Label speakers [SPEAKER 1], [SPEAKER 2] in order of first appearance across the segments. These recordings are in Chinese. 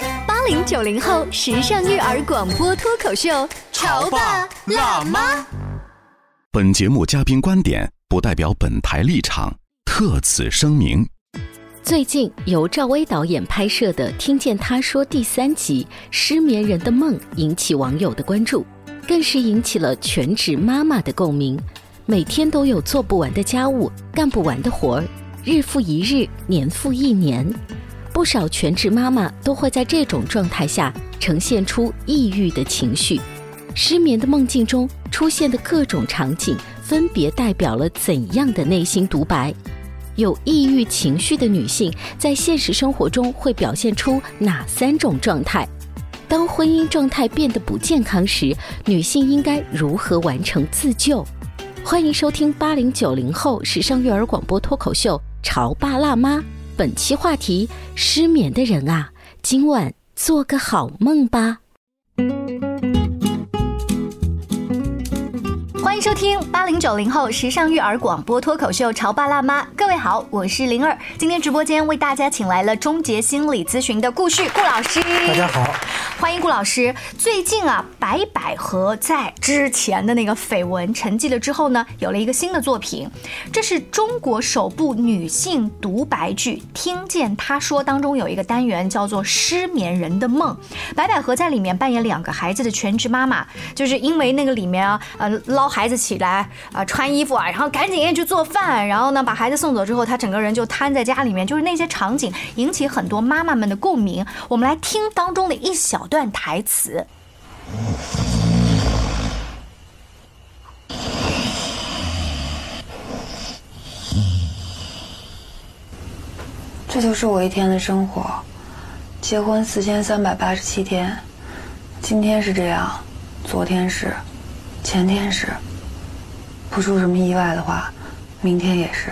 [SPEAKER 1] 八零九零后时尚育儿广播脱口秀，潮爸辣妈。
[SPEAKER 2] 本节目嘉宾观点不代表本台立场，特此声明。
[SPEAKER 3] 最近由赵薇导演拍摄的《听见他说》第三集《失眠人的梦》引起网友的关注，更是引起了全职妈妈的共鸣。每天都有做不完的家务、干不完的活儿，日复一日，年复一年。不少全职妈妈都会在这种状态下呈现出抑郁的情绪。失眠的梦境中出现的各种场景，分别代表了怎样的内心独白？有抑郁情绪的女性在现实生活中会表现出哪三种状态？当婚姻状态变得不健康时，女性应该如何完成自救？欢迎收听八零九零后时尚育儿广播脱口秀《潮爸辣妈》，本期话题：失眠的人啊，今晚做个好梦吧。
[SPEAKER 1] 欢迎收听八零九零后时尚育儿广播脱口秀《潮爸辣妈》，各位好，我是灵儿。今天直播间为大家请来了终结心理咨询的顾旭顾老师，
[SPEAKER 4] 大家好，
[SPEAKER 1] 欢迎顾老师。最近啊，白百合在之前的那个绯闻沉寂了之后呢，有了一个新的作品，这是中国首部女性独白剧《听见她说》当中有一个单元叫做《失眠人的梦》，白百合在里面扮演两个孩子的全职妈妈，就是因为那个里面啊，呃，捞孩子起来啊、呃穿衣服啊，然后赶紧去做饭，然后呢，把孩子送走之后，她整个人就瘫在家里面，就是那些场景引起很多妈妈们的共鸣。我们来听当中的一小段台词。
[SPEAKER 5] 这就是我一天的生活。结婚四千三百八十七天，今天是这样，昨天是，前天是。不出什么意外的话，明天也是。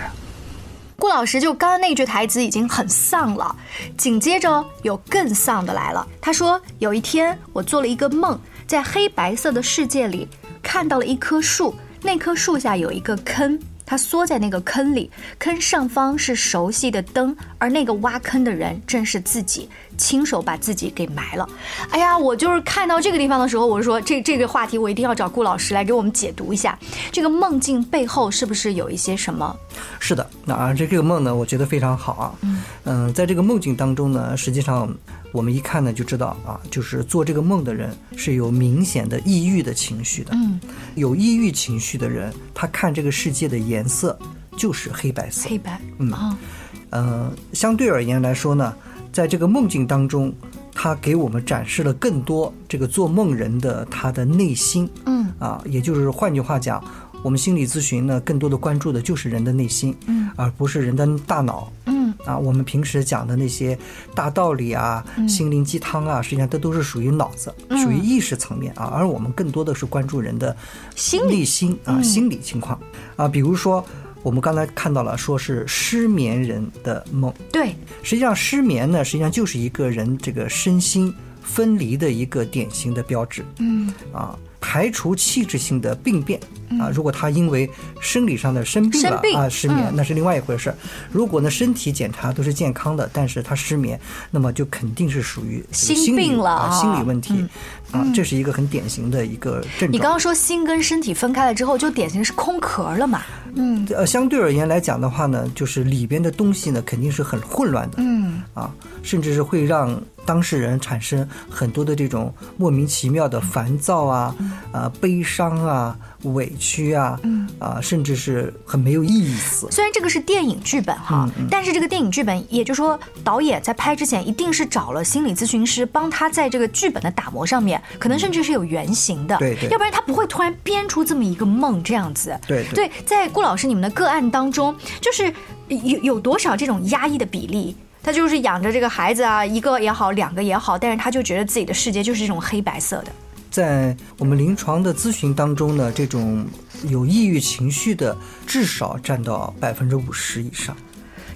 [SPEAKER 1] 顾老师就刚刚那句台词已经很丧了，紧接着有更丧的来了。他说：“有一天我做了一个梦，在黑白色的世界里看到了一棵树，那棵树下有一个坑，他缩在那个坑里，坑上方是熟悉的灯，而那个挖坑的人正是自己，亲手把自己给埋了。”哎呀，我就是看到这个地方的时候，我就说这这个话题我一定要找顾老师来给我们解读一下，这个梦境背后是不是有一些什么？
[SPEAKER 4] 是的，那啊，这这个梦呢，我觉得非常好啊。嗯、在这个梦境当中呢，实际上我们一看呢就知道啊，就是做这个梦的人是有明显的抑郁的情绪的。嗯，有抑郁情绪的人，他看这个世界的颜色就是黑白色。
[SPEAKER 1] 黑白，
[SPEAKER 4] 嗯
[SPEAKER 1] 啊，
[SPEAKER 4] 呃，相对而言来说呢，在这个梦境当中，他给我们展示了更多这个做梦人的他的内心。
[SPEAKER 1] 嗯
[SPEAKER 4] 啊，也就是换句话讲，我们心理咨询呢，更多的关注的就是人的内心，嗯，而不是人的大脑。
[SPEAKER 1] 嗯，
[SPEAKER 4] 啊，我们平时讲的那些大道理啊、
[SPEAKER 1] 嗯
[SPEAKER 4] 心灵鸡汤啊，实际上这都是属于脑子，属于意识层面啊，而我们更多的是关注人的
[SPEAKER 1] 心理嗯
[SPEAKER 4] 内心啊、心理情况啊，比如说我们刚才看到了，说是失眠人的梦，
[SPEAKER 1] 对，
[SPEAKER 4] 实际上，失眠呢，实际上就是一个人这个身心分离的一个典型的标志。嗯，啊，排除器质性的病变。啊，如果他因为生理上的生病
[SPEAKER 1] 嗯
[SPEAKER 4] 了
[SPEAKER 1] 生病嗯
[SPEAKER 4] 啊，失眠、那是另外一回事儿。如果呢身体检查都是健康的，但是他失眠，那么就肯定是属于这个
[SPEAKER 1] 心
[SPEAKER 4] 心理
[SPEAKER 1] 病了
[SPEAKER 4] 啊，心
[SPEAKER 1] 啊
[SPEAKER 4] 理问题、啊，这是一个很典型的一个症状。
[SPEAKER 1] 你刚刚说心跟身体分开了之后，就典型是空壳了嘛？
[SPEAKER 4] 呃，相对而言来讲的话呢，就是里边的东西呢，肯定是很混乱的，嗯，啊，甚至是会让当事人产生很多的这种莫名其妙的烦躁啊，啊、悲伤啊，委屈啊，嗯，啊，甚至是很没有意思。
[SPEAKER 1] 虽然这个是电影剧本哈，
[SPEAKER 4] 嗯
[SPEAKER 1] 但是这个电影剧本，也就是说导演在拍之前一定是找了心理咨询师帮他在这个剧本的打磨上面，可能甚至是有原型的，
[SPEAKER 4] 嗯对对
[SPEAKER 1] 要不然他不会突然编出这么一个梦这样子。
[SPEAKER 4] 对对
[SPEAKER 1] 在顾老师你们的个案当中，就是有有多少这种压抑的比例？他就是养着这个孩子啊，一个也好，两个也好，但是他就觉得自己的世界就是这种黑白色的。
[SPEAKER 4] 在我们临床的咨询当中呢，这种有抑郁情绪的至少占到百分之五十以上。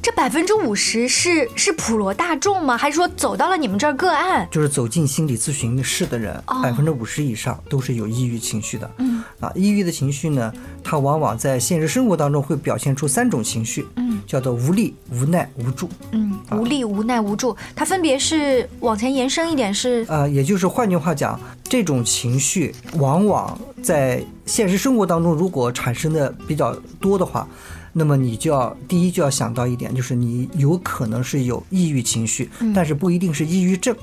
[SPEAKER 1] 这百分之五十是是普罗大众吗？还是说走到了你们这儿个案？
[SPEAKER 4] 就是走进心理咨询室的人，百分之五十以上都是有抑郁情绪的。嗯，啊，抑郁的情绪呢，它往往在现实生活当中会表现出三种情绪。嗯，叫做无力、无奈、无助。
[SPEAKER 1] 嗯，无力、无奈、无助，它分别是往前延伸一点是，
[SPEAKER 4] 啊、也就是换句话讲，这种情绪往往在现实生活当中，如果产生的比较多的话，那么你就要第一就要想到一点，就是你有可能是有抑郁情绪，但是不一定是抑郁症。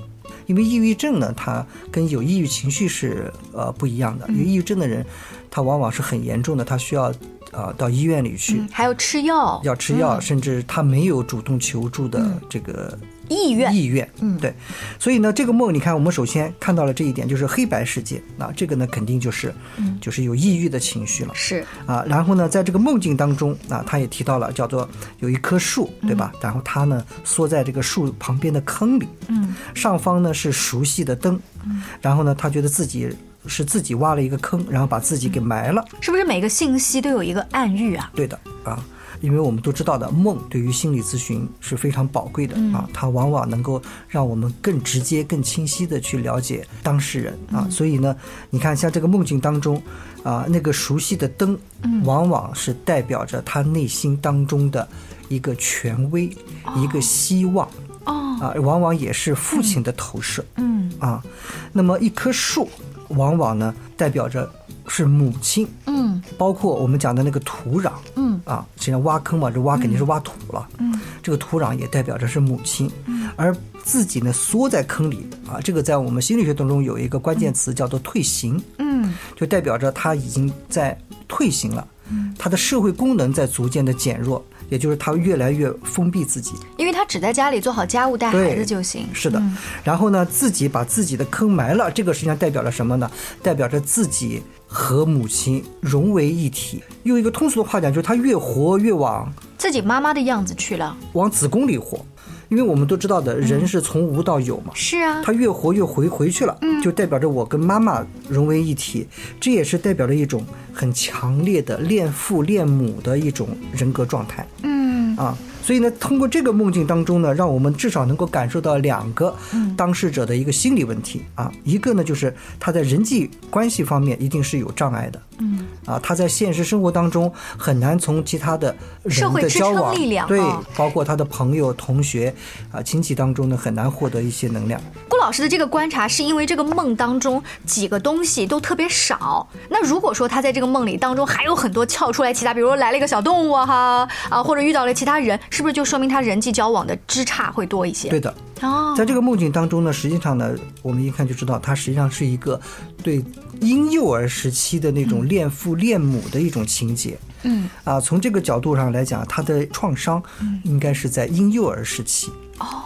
[SPEAKER 4] 因为抑郁症呢，它跟有抑郁情绪是呃不一样的。有抑郁症的人，他往往是很严重的，他需要呃到医院里去，
[SPEAKER 1] 嗯，还有吃药、
[SPEAKER 4] 要吃药，甚至他没有主动求助的这个
[SPEAKER 1] 意愿，
[SPEAKER 4] 意愿，
[SPEAKER 1] 嗯
[SPEAKER 4] 对。所以呢，这个梦，你看，我们首先看到了这一点，就是黑白世界，那这个呢，肯定就是，
[SPEAKER 1] 嗯
[SPEAKER 4] 就是有抑郁的情绪了。
[SPEAKER 1] 是
[SPEAKER 4] 啊，然后呢，在这个梦境当中啊，他也提到了叫做有一棵树，
[SPEAKER 1] 嗯
[SPEAKER 4] 对吧？然后他呢缩在这个树旁边的坑里，嗯，上方呢是熟悉的灯，
[SPEAKER 1] 嗯
[SPEAKER 4] 然后呢，他觉得自己是自己挖了一个坑，然后把自己给埋了，
[SPEAKER 1] 是不是每个信息都有一个暗喻啊？
[SPEAKER 4] 对的啊，因为我们都知道的，梦对于心理咨询是非常宝贵的、啊，它往往能够让我们更直接、更清晰的去了解当事人啊。所以呢，你看像这个梦境当中啊，那个熟悉的灯，往往是代表着他内心当中的一个权威、一个希望。啊，往往也是父亲的投射。嗯啊，那么一棵树，往往呢代表着是母亲。嗯，包括我们讲的那个土壤。嗯啊，实际上挖坑嘛，这挖肯定是挖土了。嗯，这个土壤也代表着是母亲。嗯，而自己呢缩在坑里啊，这个在我们心理学当中有一个关键词叫做退行。嗯，就代表着他已经在退行了。他的社会功能在逐渐的减弱，也就是他越来越封闭自己，
[SPEAKER 1] 因为他只在家里做好家务、带
[SPEAKER 4] 对
[SPEAKER 1] 孩子就行。嗯
[SPEAKER 4] 是的，然后呢，自己把自己的坑埋了，这个实际上代表了什么呢？代表着自己和母亲融为一体。用一个通俗的话讲，就是他越活越往
[SPEAKER 1] 自己妈妈的样子去了。
[SPEAKER 4] 往子宫里活，因为我们都知道的，人是从无到有嘛。
[SPEAKER 1] 是啊，嗯
[SPEAKER 4] 他越活越回回去了，就代表着我跟妈妈融为一体，这也是代表着一种很强烈的恋父恋母的一种人格状态。嗯啊，所以呢，通过这个梦境当中呢，让我们至少能够感受到两个
[SPEAKER 1] 嗯
[SPEAKER 4] 当事者的一个心理问题啊，一个呢就是他在人际关系方面一定是有障碍的，嗯啊，他在现实生活当中很难从其他的
[SPEAKER 1] 社
[SPEAKER 4] 人
[SPEAKER 1] 会
[SPEAKER 4] 的
[SPEAKER 1] 支
[SPEAKER 4] 交
[SPEAKER 1] 撑
[SPEAKER 4] 往
[SPEAKER 1] 力量
[SPEAKER 4] 对
[SPEAKER 1] 啊，
[SPEAKER 4] 包括他的朋友、同学啊、亲戚当中呢，很难获得一些能量。
[SPEAKER 1] 顾老师的这个观察是因为这个梦当中几个东西都特别少。那如果说他在这个梦里当中还有很多跳出来其他，比如说来了一个小动物啊哈啊，或者遇到了其他人，是不是就说明他人际交往的枝杈会多一些？
[SPEAKER 4] 对的，
[SPEAKER 1] 哦，
[SPEAKER 4] 在这个梦境当中呢，实际上呢，我们一看就知道，它实际上是一个对婴幼儿时期的那种恋父恋母的一种情节。嗯，啊，从这个角度上来讲，他的创伤应该是在婴幼儿时期。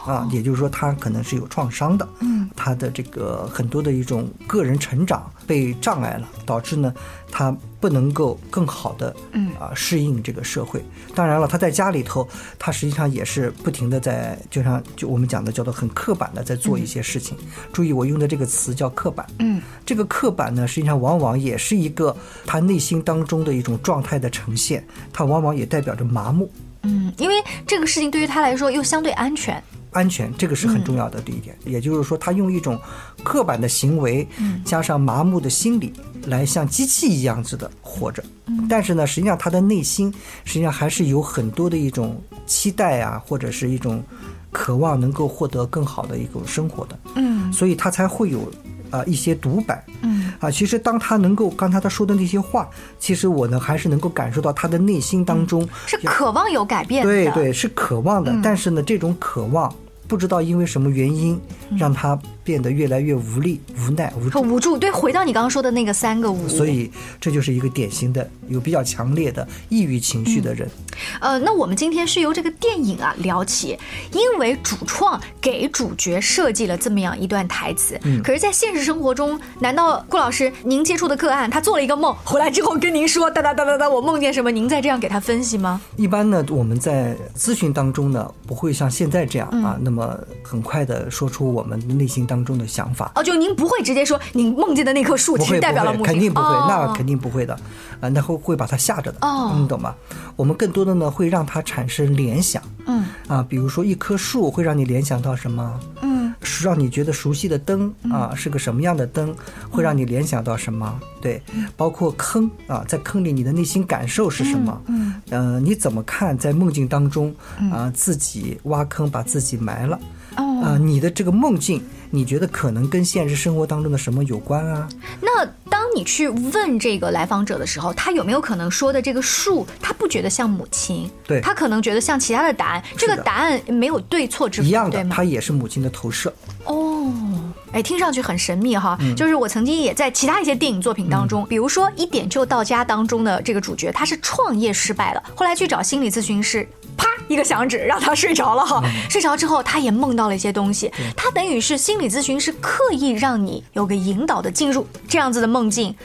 [SPEAKER 4] 啊，也就是说他可能是有创伤的，嗯，他的这个很多的一种个人成长被障碍了，导致呢他不能够更好的，嗯啊适应这个社会。当然了，他在家里头，他实际上也是不停的在，就像就我们讲的叫做很刻板的在做一些事情。注意我用的这个词叫刻板，嗯，这个刻板呢，实际上往往也是一个他内心当中的一种状态的呈现，它往往也代表着麻木。
[SPEAKER 1] 嗯，因为这个事情对于他来说又相对安全。
[SPEAKER 4] 安全，这个是很重要的第一点。也就是说，他用一种刻板的行为，加上麻木的心理，来像机器一样似的活着。但是呢，实际上他的内心实际上还是有很多的一种期待啊，或者是一种渴望能够获得更好的一种生活的。嗯，所以他才会有啊、一些独白。嗯，啊，其实当他能够刚才他说的那些话，其实我呢还是能够感受到他的内心当中
[SPEAKER 1] 是渴望有改变的，
[SPEAKER 4] 对对，是渴望的，但是呢，这种渴望不知道因为什么原因，让他变得越来越无力、无奈、无
[SPEAKER 1] 很
[SPEAKER 4] 助。
[SPEAKER 1] 无助。对，回到你刚刚说的那个三个无，
[SPEAKER 4] 所以这就是一个典型的有比较强烈的抑郁情绪的人。
[SPEAKER 1] 呃，那我们今天是由这个电影啊聊起，因为主创给主角设计了这么样一段台词。可是，在现实生活中，难道顾老师您接触的个案，他做了一个梦，回来之后跟您说哒哒哒哒哒，我梦见什么？您再这样给他分析吗？
[SPEAKER 4] 一般呢，我们在咨询当中呢，不会像现在这样啊，那么很快的说出我们内心当中的想法。
[SPEAKER 1] 哦，就您不会直接说您梦见的那棵树
[SPEAKER 4] 不
[SPEAKER 1] 其
[SPEAKER 4] 会
[SPEAKER 1] 实代表了
[SPEAKER 4] 不
[SPEAKER 1] 母
[SPEAKER 4] 会，
[SPEAKER 1] 亲，
[SPEAKER 4] 肯定不会，
[SPEAKER 1] 哦、
[SPEAKER 4] 那肯定不会的，啊，那会会把他吓着的，
[SPEAKER 1] 哦
[SPEAKER 4] 你懂吗？我们更多的呢会让他产生联想，嗯，啊，比如说一棵树会让你联想到什么？嗯，让你觉得熟悉的灯
[SPEAKER 1] 嗯
[SPEAKER 4] 啊，是个什么样的灯，会让你联想到什么？对，包括坑啊，在坑里你的内心感受是什么？嗯，呃，你怎么看在梦境当中啊，自己挖坑把自己埋了？啊、
[SPEAKER 1] 嗯哦，
[SPEAKER 4] 你的这个梦境，你觉得可能跟现实生活当中的什么有关啊？
[SPEAKER 1] 那当你去问这个来访者的时候，他有没有可能说的这个树，他不觉得像母亲，
[SPEAKER 4] 对
[SPEAKER 1] 他可能觉得像其他的答案，这个
[SPEAKER 4] 的
[SPEAKER 1] 答案没有对错之
[SPEAKER 4] 一样
[SPEAKER 1] 分，
[SPEAKER 4] 的
[SPEAKER 1] 对，吗
[SPEAKER 4] 它？也是母亲的投射。
[SPEAKER 1] 哦，哎，听上去很神秘哈。就是我曾经也在其他一些电影作品当中，比如说《一点就到家》当中的这个主角，他是创业失败了，后来去找心理咨询师，啪一个响指让他睡着了哈。睡着之后，他也梦到了一些东西，他等于是心理咨询师刻意让你有个引导的进入这样子的梦境。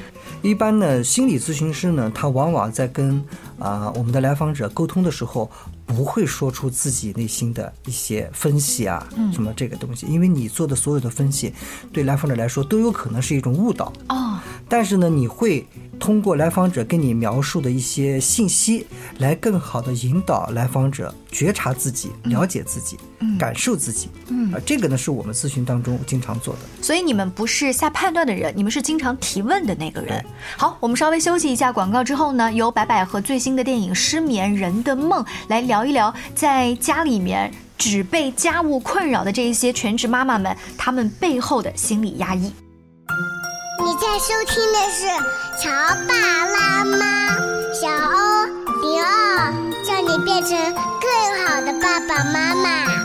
[SPEAKER 4] 一般呢，心理咨询师呢，他往往在跟啊、我们的来访者沟通的时候，不会说出自己内心的一些分析啊，
[SPEAKER 1] 嗯
[SPEAKER 4] 什么这个东西，因为你做的所有的分析，对来访者来说都有可能是一种误导。
[SPEAKER 1] 哦，
[SPEAKER 4] 但是呢，你会通过来访者跟你描述的一些信息，来更好的引导来访者觉察自己、
[SPEAKER 1] 嗯
[SPEAKER 4] 了解自己、感受自己。嗯，啊，这个呢是我们咨询当中经常做的。
[SPEAKER 1] 所以你们不是下判断的人，你们是经常提问的那个人
[SPEAKER 4] 对。
[SPEAKER 1] 好，我们稍微休息一下广告之后呢，由白百合最新的电影《失眠人的梦》来聊一聊在家里面只被家务困扰的这一些全职妈妈们，她们背后的心理压抑。
[SPEAKER 6] 你在收听的是《乔爸拉妈》，小欧零二，叫你变成更好的爸爸妈妈。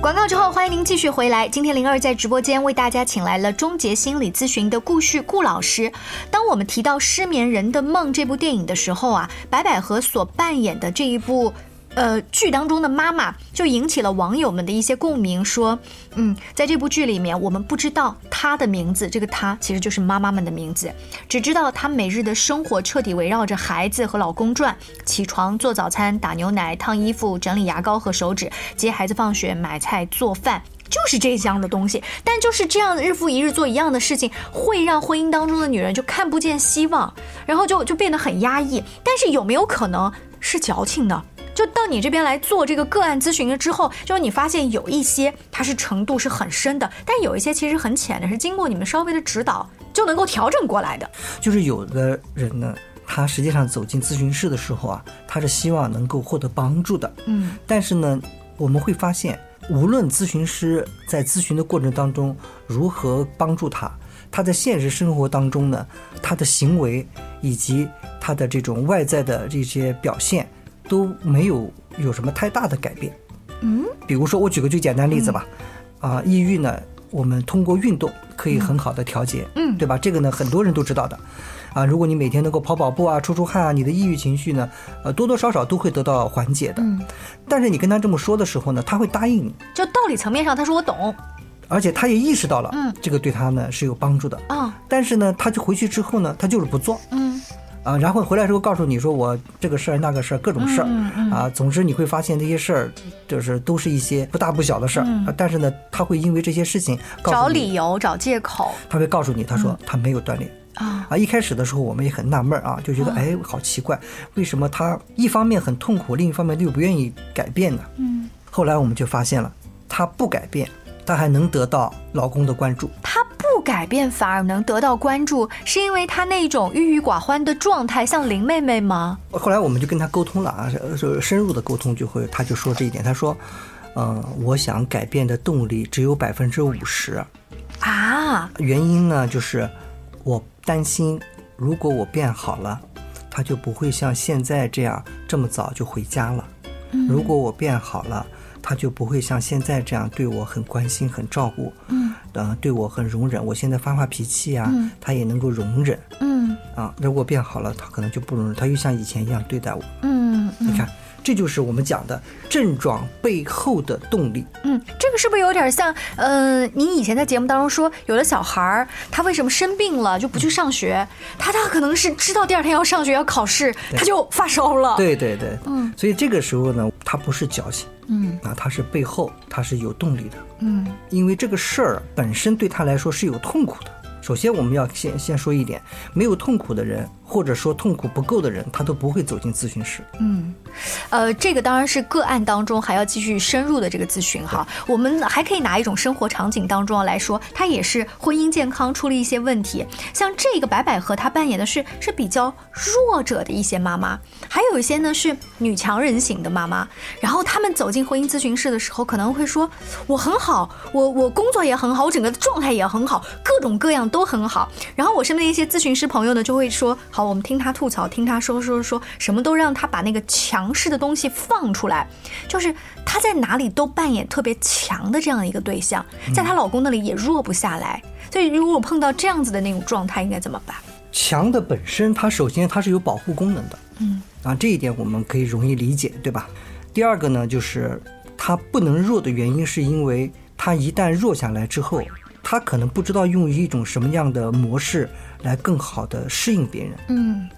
[SPEAKER 1] 广告之后，欢迎您继续回来。今天灵儿在直播间为大家请来了终结心理咨询的顾旭顾老师。当我们提到《失眠人的梦》这部电影的时候啊，白百合所扮演的这一部。呃，剧当中的妈妈就引起了网友们的一些共鸣，说，嗯，在这部剧里面，我们不知道她的名字，这个她其实就是妈妈们的名字，只知道她每日的生活彻底围绕着孩子和老公转，起床做早餐、打牛奶、烫衣服、整理牙膏和手指，接孩子放学、买菜、做饭。就是这样的东西，但就是这样日复一日做一样的事情，会让婚姻当中的女人就看不见希望，然后就就变得很压抑。但是有没有可能是矫情呢？就到你这边来做这个个案咨询了之后，就是你发现有一些它是程度是很深的，但有一些其实很浅的，是经过你们稍微的指导就能够调整过来的。
[SPEAKER 4] 就是有的人呢，他实际上走进咨询室的时候啊，他是希望能够获得帮助的。
[SPEAKER 1] 嗯，
[SPEAKER 4] 但是呢，我们会发现，无论咨询师在咨询的过程当中如何帮助他，他在现实生活当中呢，他的行为以及他的这种外在的这些表现都没有有什么太大的改变。嗯，比如说，我举个最简单例子吧，
[SPEAKER 1] 嗯
[SPEAKER 4] 啊、抑郁呢，我们通过运动可以很好的调节，
[SPEAKER 1] 嗯
[SPEAKER 4] 对吧？这个呢，很多人都知道的。啊，如果你每天能够跑跑步啊、出出汗啊，你的抑郁情绪呢，呃，多多少少都会得到缓解的。
[SPEAKER 1] 嗯
[SPEAKER 4] 但是你跟他这么说的时候呢，他会答应你，
[SPEAKER 1] 就道理层面上，他说我懂
[SPEAKER 4] 而且他也意识到了，
[SPEAKER 1] 嗯，
[SPEAKER 4] 这个对他呢是有帮助的。
[SPEAKER 1] 啊，
[SPEAKER 4] 但是呢，他就回去之后呢，他就是不做
[SPEAKER 1] 嗯
[SPEAKER 4] 啊，然后回来之后告诉你说我这个事儿那个事儿各种事儿、
[SPEAKER 1] 嗯
[SPEAKER 4] 啊，总之你会发现这些事儿就是都是一些不大不小的事儿、啊，但是呢，他会因为这些事情
[SPEAKER 1] 嗯
[SPEAKER 4] 告
[SPEAKER 1] 找
[SPEAKER 4] 诉你
[SPEAKER 1] 理由嗯找借口
[SPEAKER 4] 他会告诉你，他说他没有锻炼。
[SPEAKER 1] 啊，
[SPEAKER 4] 啊，一开始的时候我们也很纳闷儿啊，就觉得哎，好奇怪，为什么他一方面很痛苦，另一方面又不愿意改变呢？嗯，后来我们就发现了，他不改变，他还能得到老公的关注。
[SPEAKER 1] 他不改变反而能得到关注，是因为他那种郁郁寡欢的状态，像林妹妹吗？
[SPEAKER 4] 后来我们就跟他沟通了啊，是是深入的沟通，就会他就说这一点，他说，嗯、我想改变的动力只有百分之五十，
[SPEAKER 1] 啊，
[SPEAKER 4] 原因呢就是我担心，如果我变好了，他就不会像现在这样这么早就回家了。如果我变好了，他就不会像现在这样对我很关心、很照顾，嗯，呃，对我很容忍。我现在发发脾气啊，他也能够容忍
[SPEAKER 1] 嗯
[SPEAKER 4] 啊。如果变好了，他可能就不容忍，他又像以前一样对待我。
[SPEAKER 1] 嗯
[SPEAKER 4] 你看，这就是我们讲的症状背后的动力。
[SPEAKER 1] 嗯，这个是不是有点像，呃，你以前在节目当中说，有的小孩儿他为什么生病了就不去上学？他他可能是知道第二天要上学要考试，他就发烧了。，
[SPEAKER 4] 对对对，嗯，所以这个时候呢，他不是矫情，嗯，啊，他是背后他是有动力的，
[SPEAKER 1] 嗯，
[SPEAKER 4] 因为这个事儿啊本身对他来说是有痛苦的。首先，我们要先先说一点，没有痛苦的人或者说痛苦不够的人，他都不会走进咨询室。
[SPEAKER 1] 呃，这个当然是个案当中还要继续深入的这个咨询哈。我们还可以拿一种生活场景当中来说，它也是婚姻健康出了一些问题。像这个白百合，她扮演的是是比较弱者的一些妈妈，还有一些呢是女强人型的妈妈。然后她们走进婚姻咨询室的时候，可能会说：“我很好，我我工作也很好，我整个状态也很好，各种各样都很好。”然后我身边的一些咨询师朋友呢，就会说：“好，我们听她吐槽，听她说说说，什么都让她把那个强势的东西放出来，就是她在哪里都扮演特别强的这样的一个对象，在她老公那里也弱不下来。所以如果我碰到这样子的那种状态，应该怎么办？
[SPEAKER 4] 强的本身，它首先它是有保护功能的，嗯，啊，这一点我们可以容易理解，对吧？第二个呢，就是它不能弱的原因，是因为它一旦弱下来之后，它可能不知道用一种什么样的模式来更好的适应别人，
[SPEAKER 1] 嗯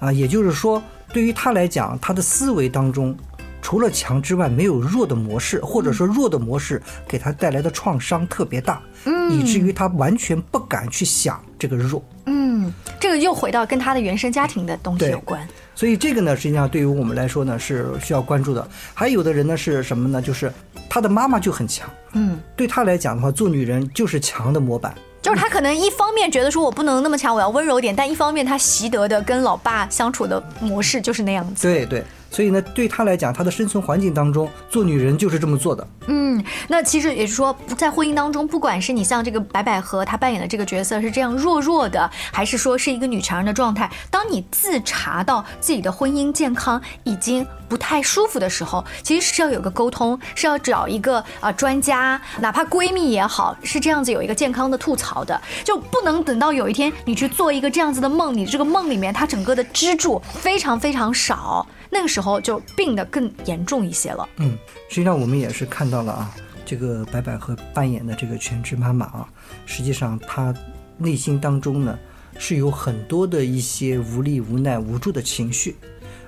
[SPEAKER 4] 啊，也就是说，对于他来讲，他的思维当中除了强之外，没有弱的模式，或者说弱的模式给他带来的创伤特别大，嗯，以至于他完全不敢去想这个弱。
[SPEAKER 1] 嗯，这个又回到跟她的原生家庭的东西
[SPEAKER 4] 对
[SPEAKER 1] 有关。
[SPEAKER 4] 所以这个呢，实际上对于我们来说呢是需要关注的。还有的人呢是什么呢？就是他的妈妈就很强，
[SPEAKER 1] 嗯，
[SPEAKER 4] 对他来讲的话，做女人就是强的模板。
[SPEAKER 1] 就是她可能一方面觉得说我不能那么强，我要温柔点，但一方面她习得的跟老爸相处的模式就是那样子。
[SPEAKER 4] 对对，所以呢，对他来讲，他的生存环境当中，做女人就是这么做的。
[SPEAKER 1] 嗯，那其实也是说，在婚姻当中，不管是你像这个白百合她扮演的这个角色是这样弱弱的，还是说是一个女强人的状态，当你自查到自己的婚姻健康已经不太舒服的时候，其实是要有个沟通，是要找一个啊、呃专家，哪怕闺蜜也好，是这样子有一个健康的吐槽的，就不能等到有一天你去做一个这样子的梦，你这个梦里面它整个的支柱非常非常少，那个时候就病得更严重一些了。
[SPEAKER 4] 嗯，实际上我们也是看到了啊，这个白百合扮演的这个全职妈妈啊，实际上她内心当中呢是有很多的一些无力、无奈、无助的情绪，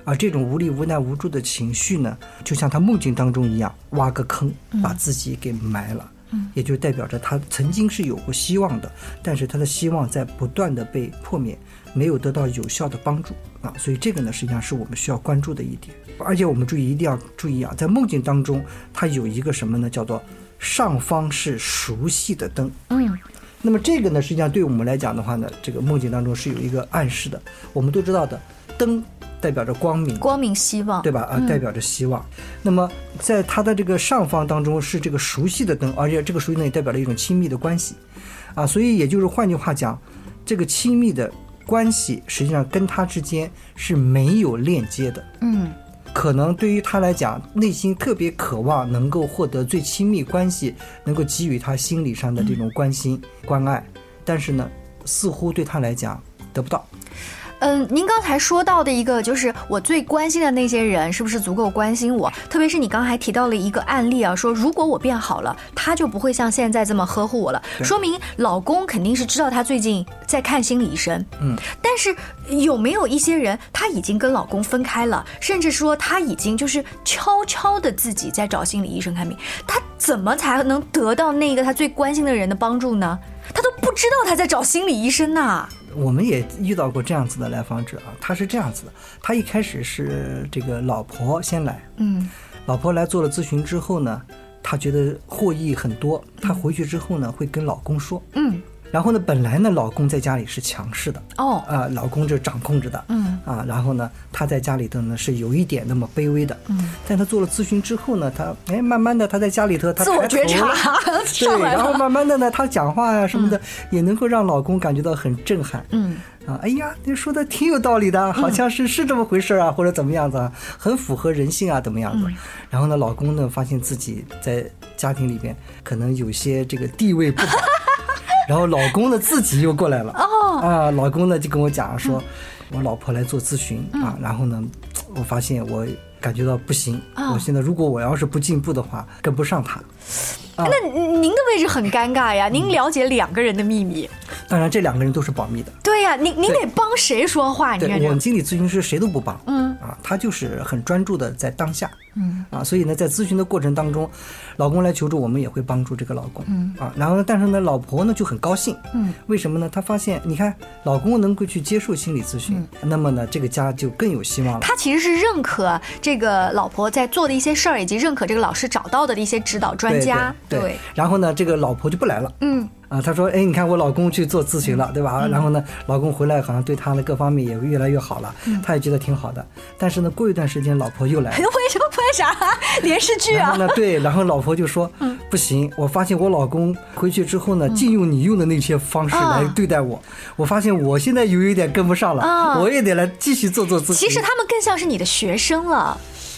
[SPEAKER 4] 而这种无力、无奈、无助的情绪呢，就像她梦境当中一样，挖个坑把自己给埋了。也就代表着她曾经是有过希望的，但是她的希望在不断的被破灭，没有得到有效的帮助啊，所以这个呢，实际上是我们需要关注的一点。而且我们注意一定要注意啊，在梦境当中，它有一个什么呢？叫做上方是熟悉的灯。
[SPEAKER 1] 嗯。
[SPEAKER 4] 那么这个呢，实际上对我们来讲的话呢，这个梦境当中是有一个暗示的。我们都知道的，灯代表着光明，
[SPEAKER 1] 光明希望，嗯
[SPEAKER 4] 对吧？啊，代表着希望。那么在它的这个上方当中是这个熟悉的灯，而且这个熟悉呢也代表了一种亲密的关系，啊，所以也就是换句话讲，这个亲密的关系实际上跟他之间是没有链接的。
[SPEAKER 1] 嗯，
[SPEAKER 4] 可能对于他来讲，内心特别渴望能够获得最亲密关系，能够给予他心理上的这种关心、关爱，但是呢，似乎对他来讲得不到。
[SPEAKER 1] 嗯，您刚才说到的一个就是我最关心的那些人是不是足够关心我？特别是你刚才提到了一个案例啊，说如果我变好了，他就不会像现在这么呵护我了，说明老公肯定是知道她最近在看心理医生。
[SPEAKER 4] 嗯，
[SPEAKER 1] 但是有没有一些人，她已经跟老公分开了，甚至说她已经就是悄悄的自己在找心理医生看病，她怎么才能得到那个她最关心的人的帮助呢？她都不知道她在找心理医生呐、
[SPEAKER 4] 我们也遇到过这样子的来访者啊，他是这样子的，他一开始是这个老婆先来，
[SPEAKER 1] 嗯。
[SPEAKER 4] 老婆来做了咨询之后呢，她觉得获益很多，她回去之后呢会跟老公说，
[SPEAKER 1] 嗯，
[SPEAKER 4] 然后呢本来呢老公在家里是强势的，
[SPEAKER 1] 哦，
[SPEAKER 4] 啊、老公就掌控着的，
[SPEAKER 1] 嗯，
[SPEAKER 4] 啊，然后呢她在家里头呢是有一点那么卑微的，嗯，但她做了咨询之后呢，她哎慢慢的她在家里头她
[SPEAKER 1] 自我
[SPEAKER 4] 抬头
[SPEAKER 1] 觉察
[SPEAKER 4] 了
[SPEAKER 1] 上
[SPEAKER 4] 对，
[SPEAKER 1] 来
[SPEAKER 4] 然后
[SPEAKER 1] 了。
[SPEAKER 4] 慢慢的呢，她讲话呀、什么的、也能够让老公感觉到很震撼，嗯。
[SPEAKER 1] 嗯，
[SPEAKER 4] 啊，哎呀，你说的挺有道理的，好像是、是这么回事儿啊，或者怎么样子啊，很符合人性啊，怎么样
[SPEAKER 1] 嗯
[SPEAKER 4] 子？然后呢，老公呢发现自己在家庭里边可能有些这个地位 不好，然后老公呢自己又过来了，哦，啊，老公呢就跟我讲
[SPEAKER 1] 嗯
[SPEAKER 4] 说，我老婆来做咨询、啊，然后呢，我发现我感觉到不行，
[SPEAKER 1] 啊
[SPEAKER 4] 我现在如果我要是不进步的话，跟不上她。
[SPEAKER 1] 那
[SPEAKER 4] 嗯
[SPEAKER 1] 您的位置很尴尬呀，您了解两个人的秘密。
[SPEAKER 4] 当然，这两个人都是保密的。
[SPEAKER 1] 对呀，你你得帮谁说话？哎你
[SPEAKER 4] 对
[SPEAKER 1] 看
[SPEAKER 4] 我
[SPEAKER 1] 这
[SPEAKER 4] 们，心理咨询师谁都不帮，
[SPEAKER 1] 嗯
[SPEAKER 4] 啊，他就是很专注的在当下，嗯啊，所以呢，在咨询的过程当中，老公来求助，我们也会帮助这个老公，嗯啊，然后呢，但是呢，老婆呢就很高兴，嗯，为什么呢？她发现，你看，老公能够去接受心理咨询，
[SPEAKER 1] 嗯
[SPEAKER 4] 那么呢，这个家就更有希望了。
[SPEAKER 1] 他其实是认可这个老婆在做的一些事儿，以及认可这个老师找到的一些指导专
[SPEAKER 4] 对
[SPEAKER 1] 家。
[SPEAKER 4] 对对，然后呢，这个老婆就不来了。
[SPEAKER 1] 嗯，
[SPEAKER 4] 啊，她说，哎，你看我老公去做咨询了，对吧？然后呢，老公回来好像对她的各方面也越来越好了，
[SPEAKER 1] 嗯
[SPEAKER 4] 她也觉得挺好的。但是呢，过一段时间，老婆又来了，
[SPEAKER 1] 为什么为啥连续剧
[SPEAKER 4] 然
[SPEAKER 1] 啊嗯
[SPEAKER 4] 后？呢，对，然后老婆就说：“不行，我发现我老公回去之后呢，借用你用的那些方式来
[SPEAKER 1] 啊
[SPEAKER 4] 对待我，我发现我现在有一点跟不上了，
[SPEAKER 1] 啊
[SPEAKER 4] 我也得来继续做做咨询。”
[SPEAKER 1] 其实他们更像是你的学生了，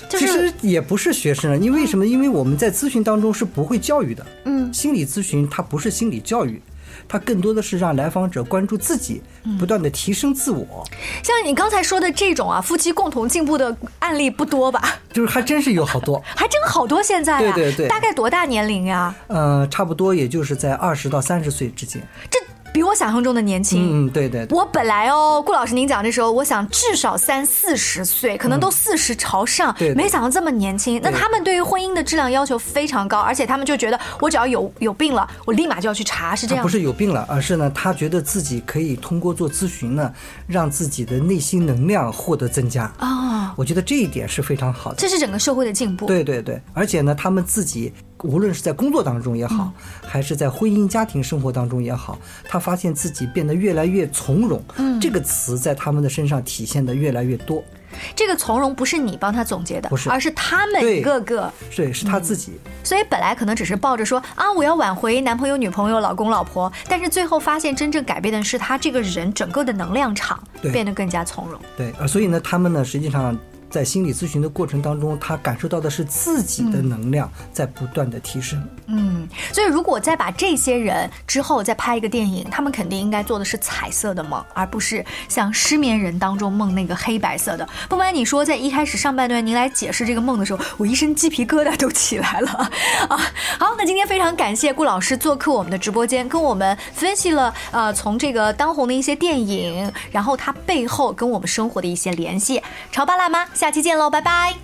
[SPEAKER 1] 就
[SPEAKER 4] 其
[SPEAKER 1] 是
[SPEAKER 4] 实也不是学生了，因为什么？因为我们在咨询当中是不会教育的。
[SPEAKER 1] 嗯，
[SPEAKER 4] 心理咨询它不是心理教育，它更多的是让来访者关注自己，
[SPEAKER 1] 嗯
[SPEAKER 4] 不断的提升自我。
[SPEAKER 1] 像你刚才说的这种啊，夫妻共同进步的案例不多吧？
[SPEAKER 4] 就是还真是有好 多，
[SPEAKER 1] 还真好多现在啊，
[SPEAKER 4] 对对对
[SPEAKER 1] 大概多大年龄呀、
[SPEAKER 4] 呃，差不多也就是在二十到三十岁之间。
[SPEAKER 1] 这比我想象中的年轻。
[SPEAKER 4] 嗯，对对对。
[SPEAKER 1] 我本来哦，顾老师您讲的时候，我想至少三四十岁，可能都四十朝上，
[SPEAKER 4] 嗯对对
[SPEAKER 1] 没想到这么年轻。那
[SPEAKER 4] 对
[SPEAKER 1] 他们对于婚姻的质量要求非常高，而且他们就觉得我只要有有病了，我立马就要去查，是这
[SPEAKER 4] 他
[SPEAKER 1] 样
[SPEAKER 4] 啊不
[SPEAKER 1] 吗？
[SPEAKER 4] 是有病了，而是呢，他觉得自己可以通过做咨询呢，让自己的内心能量获得增加。
[SPEAKER 1] 哦，
[SPEAKER 4] 我觉得这一点是非常好的。
[SPEAKER 1] 这是整个社会的进步。
[SPEAKER 4] 对对对，而且呢，他们自己无论是在工作当中也好，还是在婚姻家庭生活当中也好，他发现自己变得越来越从容。嗯，这个词在他们的身上体现的越来越多。
[SPEAKER 1] 这个从容不是你帮他总结的，
[SPEAKER 4] 不是
[SPEAKER 1] 而是他们
[SPEAKER 4] 对
[SPEAKER 1] 一个个。
[SPEAKER 4] 对，是他自己。
[SPEAKER 1] 所以本来可能只是抱着说啊，我要挽回男朋友、女朋友、老公、老婆，但是最后发现真正改变的是他这个人整个的能量场
[SPEAKER 4] 对
[SPEAKER 1] 变得更加从容。
[SPEAKER 4] 对，呃，所以呢，他们呢，实际上在心理咨询的过程当中，他感受到的是自己的能量在不断的提升。
[SPEAKER 1] 嗯，所以如果再把这些人之后再拍一个电影，他们肯定应该做的是彩色的梦，而不是像失眠人当中梦那个黑白色的。不瞒你说，在一开始上半段您来解释这个梦的时候，我一身鸡皮疙瘩都起来了 啊！好，那今天非常感谢顾老师做客我们的直播间，跟我们分析了呃从这个当红的一些电影，然后它背后跟我们生活的一些联系。潮爸辣妈，下期见喽，拜拜。